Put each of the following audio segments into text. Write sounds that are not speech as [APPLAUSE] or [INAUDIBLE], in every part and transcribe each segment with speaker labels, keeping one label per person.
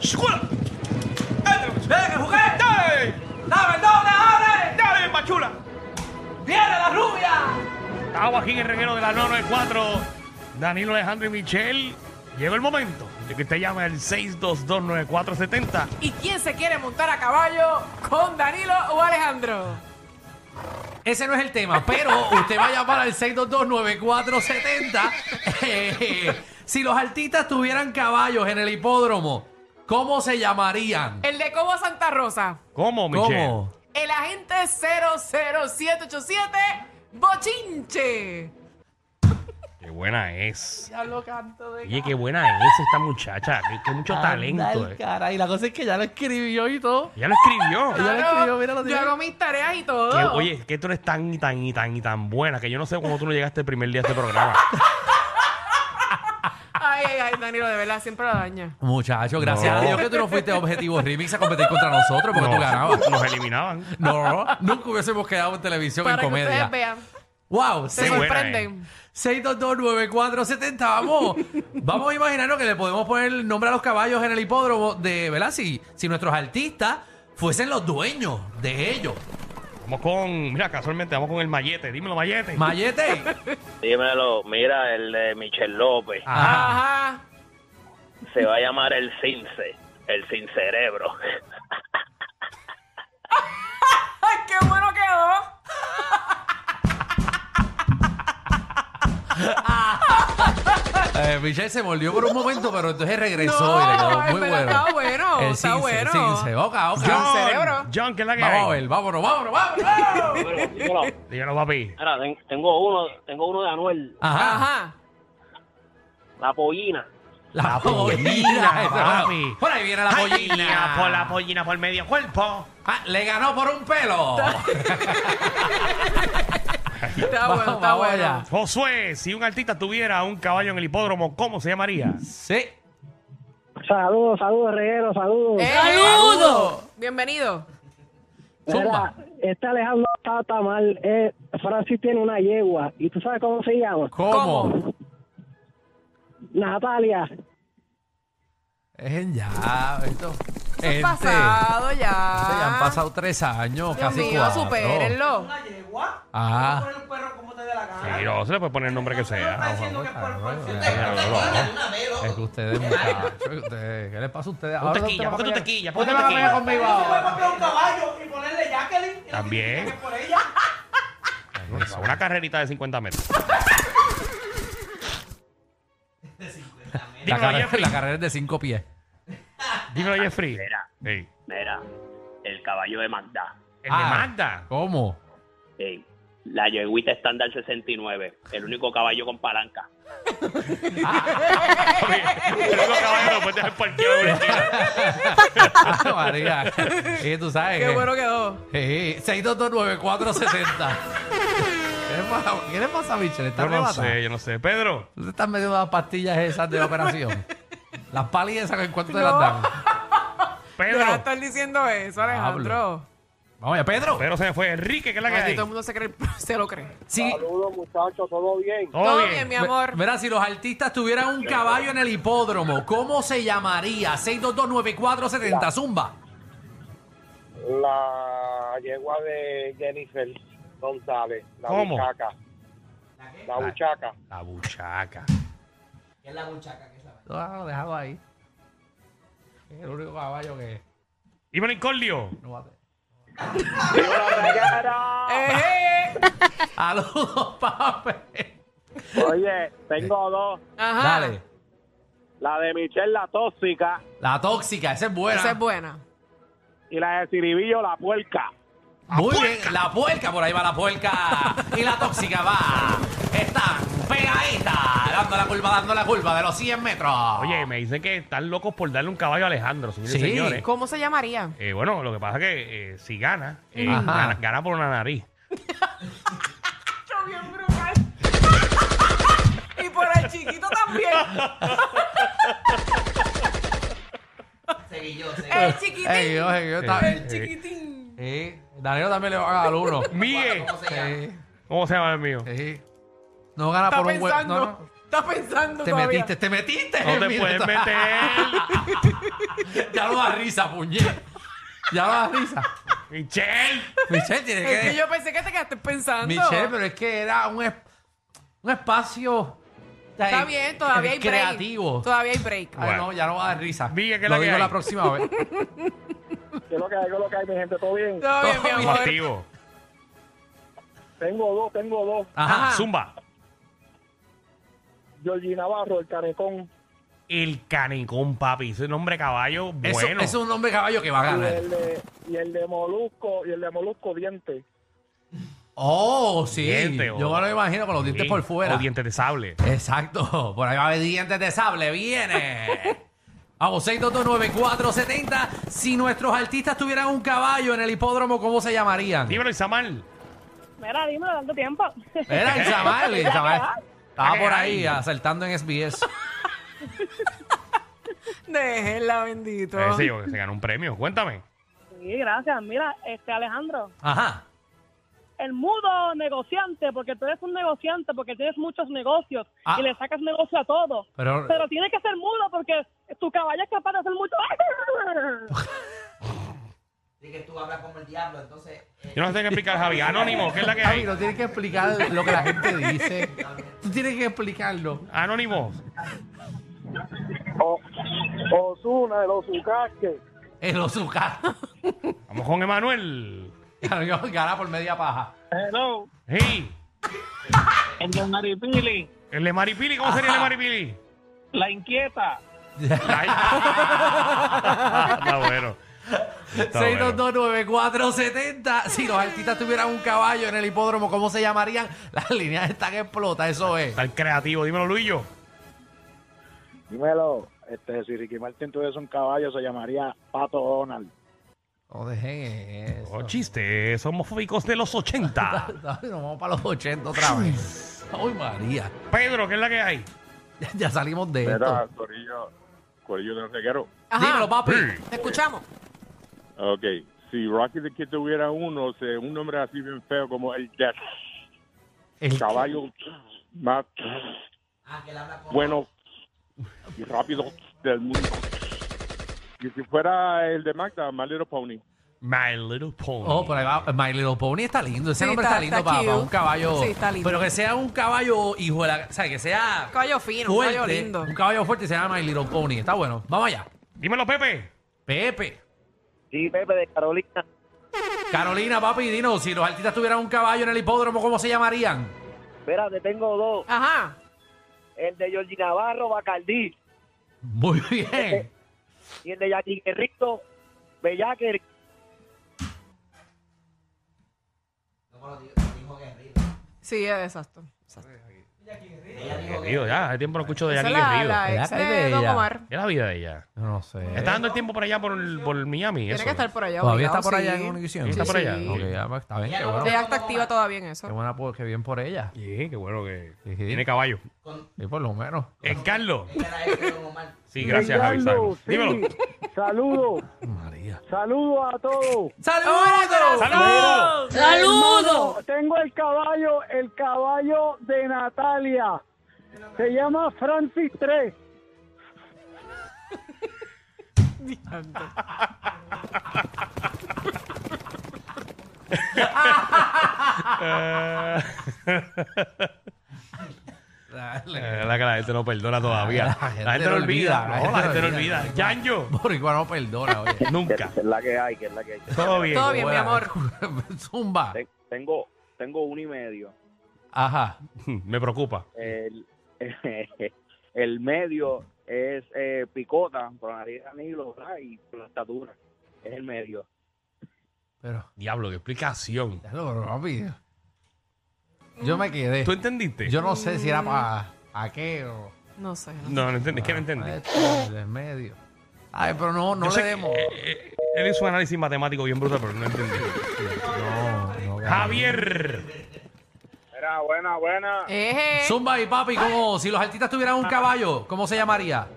Speaker 1: ¡Shigula! ¡Dejen juguete! ¡La verdona abre!
Speaker 2: ¡Dale, machula!
Speaker 1: ¡Viene la rubia!
Speaker 2: Estamos aquí en el reguero de la 994. Danilo Alejandro y Michelle. Llegó el momento de que usted llame al 6229470.
Speaker 3: ¿Y quién se quiere montar a caballo con Danilo o Alejandro?
Speaker 4: Ese no es el tema, pero usted va a llamar al 6229470. Eh, si los artistas tuvieran caballos en el hipódromo, ¿cómo se llamarían?
Speaker 3: El de Cobo Santa Rosa.
Speaker 2: ¿Cómo, Michelle?
Speaker 4: ¿Cómo?
Speaker 3: El agente 000787 Bochinche.
Speaker 2: Qué buena es.
Speaker 3: Ya lo canto de
Speaker 2: Oye, qué buena es esta muchacha. Qué, qué mucho talento. eh.
Speaker 4: Y la cosa es que ya lo escribió y todo.
Speaker 2: Ya lo escribió.
Speaker 4: Ella lo escribió, mira, lo
Speaker 3: Yo
Speaker 4: tiene.
Speaker 3: hago mis tareas y
Speaker 2: Que,
Speaker 3: todo.
Speaker 2: oye, es que tú eres tan y tan y tan y tan buena que yo no sé cómo tú no llegaste el primer día a
Speaker 4: [LAUGHS]
Speaker 2: este programa.
Speaker 3: Ay, ay, ay, Danilo, de verdad, siempre la daña.
Speaker 4: Muchachos, gracias
Speaker 2: No.
Speaker 4: a Dios que tú no fuiste objetivo remix a competir contra nosotros porque tú
Speaker 2: [LAUGHS]
Speaker 4: ganabas.
Speaker 2: Nos eliminaban.
Speaker 4: No, nunca hubiésemos quedado en televisión
Speaker 3: Para
Speaker 4: en
Speaker 3: que ustedes
Speaker 4: comedia.
Speaker 3: vean.
Speaker 4: Wow,
Speaker 3: Se
Speaker 2: Sí,
Speaker 4: seis-
Speaker 2: buena,
Speaker 3: sorprenden.
Speaker 4: eh. 6229470, vamos. vamos a imaginarnos que le podemos poner el nombre a los caballos en el hipódromo de, ¿verdad? Si, si nuestros artistas fuesen los dueños de ellos.
Speaker 2: Vamos con, mira, casualmente vamos con el mallete. Dímelo, mallete.
Speaker 4: Mayete.
Speaker 5: Dímelo, mira, el de Michel López
Speaker 4: Ajá.
Speaker 3: Ajá.
Speaker 5: se va a llamar el Cince, el Sin Cerebro.
Speaker 3: Ay, qué bueno quedó.
Speaker 4: Eh, Michelle se volvió por un momento, pero entonces regresó. y
Speaker 3: No,
Speaker 4: le quedó muy
Speaker 3: pero
Speaker 4: bueno.
Speaker 3: está bueno,
Speaker 4: El
Speaker 3: está
Speaker 4: sincer-
Speaker 3: bueno.
Speaker 4: sincer. Oca, oca.
Speaker 3: Yo-
Speaker 2: John,
Speaker 3: cerebro.
Speaker 2: John, ¿qué es la que
Speaker 4: Vamos a
Speaker 2: hay?
Speaker 4: ver, vámonos, vámonos, vámonos.
Speaker 5: Bueno, dímelo.
Speaker 2: Dímelo, papi.
Speaker 5: Mira, ten- tengo uno, tengo uno de Anuel,
Speaker 4: Ajá.
Speaker 3: Ajá.
Speaker 5: la pollina.
Speaker 4: La
Speaker 2: pollina,
Speaker 4: pollina.
Speaker 2: papi.
Speaker 4: Por ahí viene la pollina.
Speaker 2: Ay, Por la pollina, por medio cuerpo.
Speaker 4: Ah, le ganó por un pelo.
Speaker 3: Está
Speaker 4: Vamos,
Speaker 3: bueno, está
Speaker 4: vamos
Speaker 3: bueno.
Speaker 4: allá.
Speaker 2: Josué, si un artista tuviera un caballo en el hipódromo, ¿cómo se llamaría?
Speaker 4: sí.
Speaker 6: Saludos, saludos, reguero, saludos.
Speaker 3: Eh,
Speaker 4: ¡Saludo!
Speaker 3: Bienvenido.
Speaker 4: Zumba.
Speaker 6: Mira, este Alejandro está, está mal. Eh, Francis tiene una yegua. ¿Y tú sabes cómo se llama?
Speaker 4: ¿Cómo?
Speaker 6: Natalia.
Speaker 4: Es ya, esto.
Speaker 3: Eso es
Speaker 4: Gente,
Speaker 3: pasado ya.
Speaker 4: gente, ya han pasado tres años,
Speaker 3: Dios
Speaker 4: casi
Speaker 3: mío,
Speaker 4: cuatro.
Speaker 3: supérenlo.
Speaker 4: Ah,
Speaker 2: Sí, no, se le puede poner el nombre que sea. Ah,
Speaker 4: es que ustedes, muchachos, ustedes- ¿qué les pasa a ustedes?
Speaker 2: Tú
Speaker 4: Ahora
Speaker 2: te
Speaker 4: no
Speaker 2: quillas,
Speaker 4: van a
Speaker 2: ¿por qué tú te
Speaker 4: pelear-
Speaker 2: quillas? ¿Por
Speaker 4: ¿Por
Speaker 2: qué
Speaker 4: qué van
Speaker 2: tú te
Speaker 4: a pelear
Speaker 2: quillas?
Speaker 4: conmigo
Speaker 2: También. Una carrerita de 50 metros.
Speaker 4: La
Speaker 2: Dímelo,
Speaker 4: carrera,
Speaker 2: Jeffrey.
Speaker 4: la carrera es de cinco pies.
Speaker 2: Dímelo, Jeffrey.
Speaker 5: Mira,
Speaker 2: Ey,
Speaker 5: mira, el caballo de Magda.
Speaker 2: El
Speaker 4: Ah.
Speaker 2: de Magda.
Speaker 4: [LAUGHS] ¿Cómo?
Speaker 5: Ey, la yeguita estándar 69, el único caballo con palanca.
Speaker 2: El único caballo que lo puedes dejar parqueado en una esquina.
Speaker 4: Ah, María. Y tú sabes.
Speaker 3: Qué
Speaker 4: que-
Speaker 3: bueno quedó.
Speaker 4: Sí, 6229470. ¿Qué le pasa- ¿Qué le pasa a Michelle? ¿Está
Speaker 2: Yo no
Speaker 4: arrebatada?
Speaker 2: sé, yo no sé. Pedro.
Speaker 4: ¿Tú te estás metiendo las pastillas esas
Speaker 3: [LAUGHS]
Speaker 4: de la operación? las palis esas que en cuánto te las
Speaker 3: No.
Speaker 4: dan.
Speaker 3: Deja de
Speaker 2: Pedro.
Speaker 3: estar diciendo eso, Alejandro.
Speaker 4: Vamos allá, Pedro.
Speaker 2: Pedro se me fue. Enrique, ¿qué es la que
Speaker 3: Aquí
Speaker 2: hay?
Speaker 3: todo el mundo se, cree- [LAUGHS] se lo cree.
Speaker 4: Sí.
Speaker 6: Saludos, muchachos, todo bien.
Speaker 3: Todo
Speaker 2: Todo
Speaker 3: bien, mi
Speaker 2: bien.
Speaker 3: amor.
Speaker 4: Verá, si los artistas tuvieran un caballo en el hipódromo, ¿cómo se llamaría? 6229470, Zumba.
Speaker 6: La yegua de Jennifer González. La
Speaker 2: ¿Cómo?
Speaker 6: buchaca. La buchaca.
Speaker 2: La buchaca.
Speaker 4: Ah, lo dejado ahí. Es el único caballo que
Speaker 2: Dímelo, Incordio.
Speaker 4: no va a tener. Ah.
Speaker 3: Eh, Ejé.
Speaker 4: Saludos, papi.
Speaker 6: Oye, tengo dos.
Speaker 3: eh. Ajá.
Speaker 4: Dale.
Speaker 6: La de Michelle, la tóxica.
Speaker 4: La tóxica, esa es buena.
Speaker 3: Esa es buena.
Speaker 6: Y la de Ciribillo, la puerca.
Speaker 4: Muy bien, la puerca, por ahí va la puerca. y la tóxica va. Está pegadita. Dando la curva, dando la curva de los 100 metros.
Speaker 2: Oye, me dicen que están locos por darle un caballo a Alejandro, señores y
Speaker 4: Sí.
Speaker 2: señores.
Speaker 3: ¿Cómo se llamaría?
Speaker 2: Eh, bueno, lo que pasa es que eh, si gana, eh,
Speaker 4: Ajá.
Speaker 2: gana, gana por una nariz.
Speaker 3: Yo bien brutal. [LAUGHS] y por el chiquito también.
Speaker 2: Eh,
Speaker 3: El chiquitín.
Speaker 4: Ey, yo, ey, yo, está-
Speaker 3: el chiquitín.
Speaker 4: Sí, Danilo también le va a dar
Speaker 3: [LAUGHS]
Speaker 4: uno.
Speaker 2: Miguel,
Speaker 4: Sí,
Speaker 2: ¿cómo se llama el mío?
Speaker 4: sí. No gana
Speaker 3: Está
Speaker 4: Ah, por un huevo.
Speaker 3: pensando.
Speaker 4: No, no.
Speaker 3: Está pensando
Speaker 4: Te
Speaker 3: todavía.
Speaker 4: [LAUGHS] metiste, te metiste.
Speaker 2: No te
Speaker 4: Mira, [LAUGHS]
Speaker 2: puedes
Speaker 4: está-
Speaker 2: meter.
Speaker 4: ya no da risa, puñet. Ya no da risa.
Speaker 2: Michelle.
Speaker 4: Michelle tiene
Speaker 3: Es que
Speaker 4: que.
Speaker 3: yo pensé que te quedaste pensando.
Speaker 4: Michelle, pero es que era un, es- un espacio.
Speaker 3: Está bien, todavía hay break.
Speaker 4: Creativo.
Speaker 3: Todavía hay break.
Speaker 4: Ay, Ah, no, ya no va a dar risa.
Speaker 2: Miguel, ¿qué es
Speaker 4: Lo
Speaker 2: la que
Speaker 4: digo
Speaker 2: hay?
Speaker 4: la próxima vez.
Speaker 6: Yo lo que hago, lo que hay, mi gente, todo bien.
Speaker 3: Todo bien, mi
Speaker 4: Todo
Speaker 3: amor.
Speaker 2: Activo.
Speaker 6: Tengo dos, tengo dos.
Speaker 4: Ajá.
Speaker 3: Ajá.
Speaker 2: Zumba.
Speaker 6: Georgie Navarro, el canecón.
Speaker 2: El canicón, papi. Ese nombre de caballo, bueno.
Speaker 4: Eso, eso es un hombre caballo que va a
Speaker 6: Y
Speaker 4: ganar.
Speaker 6: el, de, y el de Molusco, y el de Molusco Diente.
Speaker 4: Oh, sí.
Speaker 2: Diente,
Speaker 4: yo
Speaker 2: o-
Speaker 4: me lo imagino con los dientes
Speaker 2: Sí.
Speaker 4: por fuera.
Speaker 2: O dientes de sable.
Speaker 4: Exacto. Por ahí va a haber dientes de sable. Viene. Vamos, 6229470. Si nuestros artistas tuvieran un caballo en el hipódromo, ¿cómo se llamarían?
Speaker 2: Dímelo, Isamal.
Speaker 7: Mira, dímelo, tanto tiempo.
Speaker 4: Era Isamal. Isamal. Estaba
Speaker 2: ¿Qué
Speaker 4: por
Speaker 2: hay?
Speaker 4: ahí acertando en SBS.
Speaker 3: Déjela, bendito.
Speaker 2: Ese yo, que se ganó un premio. Cuéntame.
Speaker 7: Sí, gracias. Mira, este Alejandro,
Speaker 4: Ajá.
Speaker 7: el mudo negociante, porque tú eres un negociante, porque tienes muchos negocios
Speaker 4: Ah.
Speaker 7: y le sacas negocio a todo.
Speaker 4: Pero-
Speaker 7: Pero tiene que ser mudo porque tu caballo es capaz de hacer mucho.
Speaker 8: de que tú hablas como el diablo, entonces eh,
Speaker 2: Yo no sé qué explicar, Javi. Anónimo, ¿qué es la que
Speaker 4: Javi,
Speaker 2: hay?
Speaker 4: no tienes que explicar lo que la gente dice. Tú tienes que explicarlo.
Speaker 2: Anónimo.
Speaker 6: O,
Speaker 9: Ah,
Speaker 6: Osuna, el Ozucaque.
Speaker 4: [LAUGHS] El Ozuka.
Speaker 2: Vamos con Emanuel.
Speaker 4: Ya lo iba a ganar por media paja.
Speaker 9: Hello,
Speaker 2: Hey.
Speaker 9: el de Maripili,
Speaker 2: El de Maripili, ¿cómo sería el de Maripili?
Speaker 9: la inquieta.
Speaker 2: Ay. Está bueno. Está bueno.
Speaker 4: 6229470. Si los artistas tuvieran un caballo en el hipódromo, ¿cómo se llamarían? [LAUGHS] Las líneas están explotas, eso es.
Speaker 2: Está el creativo. Dímelo, Luillo.
Speaker 10: Dímelo, este, si Ricky Martin tuviese un caballo se llamaría Pato Donald.
Speaker 4: No dejen eso.
Speaker 2: Oh,
Speaker 4: [LAUGHS]
Speaker 2: chistes homofóbicos de los 80.
Speaker 4: Nos vamos para los 80 otra
Speaker 2: [LAUGHS]
Speaker 4: vez. Ay, María.
Speaker 2: Pedro, ¿qué es la que hay?
Speaker 4: Ya, ya salimos de
Speaker 10: Mira,
Speaker 4: esto.
Speaker 10: Corillo, Corillo de Reguero.
Speaker 3: Ajá.
Speaker 4: Dímelo, papi.
Speaker 3: Te escuchamos.
Speaker 10: Ok, si Rocky the Kid tuviera uno, se- un nombre así bien feo como el Death,
Speaker 4: El-
Speaker 10: caballo más
Speaker 8: ah,
Speaker 10: bueno y rápido del mundo. Y si fuera el de Magda, My Little Pony.
Speaker 2: My Little Pony.
Speaker 4: Oh, por ahí va. My Little Pony está lindo. Ese
Speaker 3: Sí,
Speaker 4: nombre está,
Speaker 3: está-
Speaker 4: lindo
Speaker 3: está
Speaker 4: para,
Speaker 3: cute.
Speaker 4: para un caballo.
Speaker 3: Sí, está lindo.
Speaker 4: Pero que sea un caballo hijo de la. O sea, que sea.
Speaker 3: Caballo fino, un caballo
Speaker 4: fuerte,
Speaker 3: lindo.
Speaker 4: Un caballo fuerte y se llama My Little Pony. Está bueno. Vamos allá.
Speaker 2: Dímelo, Pepe.
Speaker 4: Pepe.
Speaker 9: Sí, Pepe de Carolina.
Speaker 4: Carolina, papi, dinos, si los artistas tuvieran un caballo en el hipódromo, ¿cómo se llamarían?
Speaker 9: Mira, te tengo dos.
Speaker 3: Ajá.
Speaker 9: El de Georgie Navarro, Bacardí.
Speaker 4: Muy bien.
Speaker 9: Y el de Jackie Guerrito, Bellaquer.
Speaker 3: Sí, es exacto.
Speaker 2: Querido, ya, hace tiempo no escucho de
Speaker 3: Esa
Speaker 2: Jackie
Speaker 3: es la,
Speaker 2: Guerrido.
Speaker 3: la ex
Speaker 4: Era de
Speaker 3: de Don
Speaker 4: ella.
Speaker 3: Omar.
Speaker 2: ¿Qué es la vida de ella?
Speaker 4: Yo No sé.
Speaker 2: Está dando el tiempo por allá, por, el- por Miami.
Speaker 3: Tiene
Speaker 2: eso.
Speaker 3: que estar por allá.
Speaker 4: ¿Todavía
Speaker 3: obligado,
Speaker 4: está por allá
Speaker 3: sí.
Speaker 4: en Univision?
Speaker 2: Está por allá.
Speaker 4: Ok, ya, pues, está bien, qué bueno.
Speaker 3: Ella está activa todavía en
Speaker 4: Qué,
Speaker 3: eso.
Speaker 4: buena, por- qué bien por ella.
Speaker 2: Sí, qué bueno que
Speaker 4: Sí, sí.
Speaker 2: tiene caballo.
Speaker 4: Sí, por lo menos.
Speaker 2: El Carlos.
Speaker 8: era este Don Omar.
Speaker 2: Sí, gracias, Javi.
Speaker 6: Ricardo,
Speaker 2: Sáenz.
Speaker 6: sí.
Speaker 2: Dímelo. [LAUGHS]
Speaker 6: Saludos,
Speaker 4: María.
Speaker 6: saludos a todos.
Speaker 3: ¡Saludos!
Speaker 2: ¡Saludos!
Speaker 6: ¡Saludos! Tengo el caballo, el caballo de Natalia. Se llama Francis 3.
Speaker 2: Eh, la que la gente no perdona todavía. La gente, no olvida. No, la gente no olvida. Yanjo,
Speaker 4: Por igual no perdona, [LAUGHS] oye.
Speaker 2: nunca.
Speaker 9: es la que hay, que es la que hay.
Speaker 5: Ah.
Speaker 2: Todo bien.
Speaker 3: Todo bien, mi
Speaker 4: Buena.
Speaker 3: amor.
Speaker 4: [LAUGHS] Zumba.
Speaker 9: Ten- Tengo, tengo uno y medio.
Speaker 4: Ajá.
Speaker 2: [LAUGHS] Me preocupa.
Speaker 9: El, [LAUGHS] el medio es eh, picota, por la nariz de Danilo, ¿verdad? y por la estatura. Es el medio.
Speaker 4: Pero,
Speaker 2: Diablo, qué explicación.
Speaker 4: ya lo papi. Yo me quedé.
Speaker 2: ¿Tú entendiste?
Speaker 4: Yo no sé si era para a qué o.
Speaker 3: No sé. no sé.
Speaker 2: No, no entendí. Es que no entendí.
Speaker 4: Ah, En medio. Ay, pero no, no
Speaker 2: Yo sé
Speaker 4: le
Speaker 2: que-
Speaker 4: demos.
Speaker 2: eh, eh, él hizo un análisis matemático bien brutal, pero no entendí.
Speaker 4: No, no,
Speaker 2: Javier.
Speaker 10: Era buena, buena.
Speaker 3: Eje.
Speaker 4: Zumba y papi, como si los artistas tuvieran un caballo, ¿cómo se llamaría?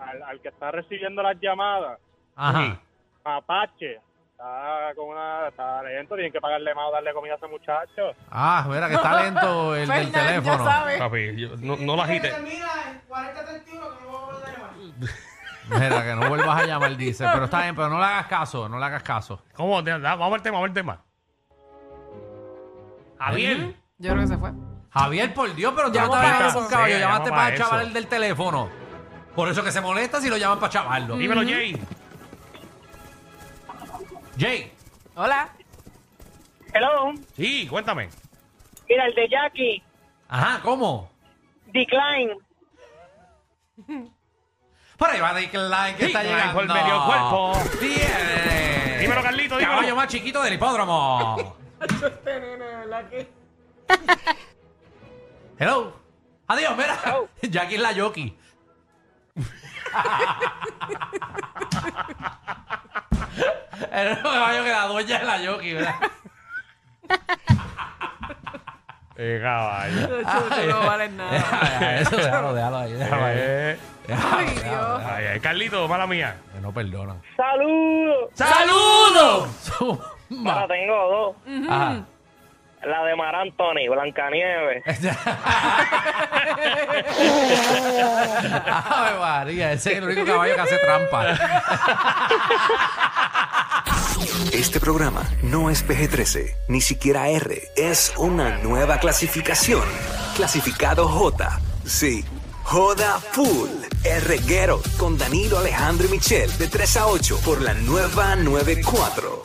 Speaker 10: Al, al que está recibiendo las llamadas,
Speaker 4: Ajá.
Speaker 10: Apache. Está con una. Está lento, tienen que pagarle más o darle comida a ese muchacho.
Speaker 4: Ah, mira que está lento el del
Speaker 3: Fernan,
Speaker 4: teléfono.
Speaker 3: Ya sabes.
Speaker 2: Papi, yo- no, no lo agites.
Speaker 8: Mira, en 4031 que no vamos a hablar de más.
Speaker 4: Mira, que no vuelvas a llamar, dice. Pero está bien, pero no le hagas caso, no le hagas caso.
Speaker 2: ¿Cómo? Te- da- Vamos al tema, vamos al tema. Javier.
Speaker 3: Yo creo que se fue.
Speaker 4: Javier, por Dios, pero tú no
Speaker 3: Llama
Speaker 4: estabas
Speaker 3: para
Speaker 4: hablando
Speaker 3: eso.
Speaker 4: con caballo,
Speaker 2: Sí,
Speaker 4: llamaste
Speaker 2: llama para
Speaker 4: para chaval
Speaker 2: eso.
Speaker 4: el del teléfono. Por eso que se molesta si lo llaman para chavarlo.
Speaker 2: Dímelo, Jay.
Speaker 4: Jay,
Speaker 3: Hola.
Speaker 7: Hello.
Speaker 2: Sí, cuéntame.
Speaker 7: Mira, el de Jackie,
Speaker 4: ajá, ¿cómo?
Speaker 7: decline.
Speaker 4: Por ahí va Dick Line que está
Speaker 2: Dick Line
Speaker 4: llegando.
Speaker 2: por medio cuerpo.
Speaker 4: Bien.
Speaker 2: Dímelo, Carlito, dímelo.
Speaker 4: Caballo más chiquito del
Speaker 2: [LAUGHS]
Speaker 4: hipódromo.
Speaker 3: Este nene, de ¿verdad que?
Speaker 4: Hello. Adiós, mira. [LAUGHS] Jackie es la
Speaker 2: [LAUGHS]
Speaker 4: jockey. El caballo que la dueña es la jockey, ¿verdad?
Speaker 2: Eh, caballo.
Speaker 3: Tú no vales
Speaker 4: [LAUGHS]
Speaker 3: nada.
Speaker 4: Eso, déjalo, déjalo ahí, déjalo ahí.
Speaker 2: Eh,
Speaker 3: Ay, Dios.
Speaker 2: ay, ay, Carlito, mala mía.
Speaker 4: Que No perdonan.
Speaker 7: Saludos.
Speaker 4: ¡Saludos!
Speaker 7: Ahora tengo dos.
Speaker 4: Ajá.
Speaker 7: La de Mar Anthony,
Speaker 4: [LAUGHS]
Speaker 7: Blancanieves.
Speaker 4: Ay, María, ese es el único caballo que hace trampa.
Speaker 11: Este programa no es PG-13, ni siquiera R. Es una nueva clasificación. Clasificado J. Sí. Joda Full. El reguero con Danilo Alejandro y Michel de 3 a 8 por la nueva 94.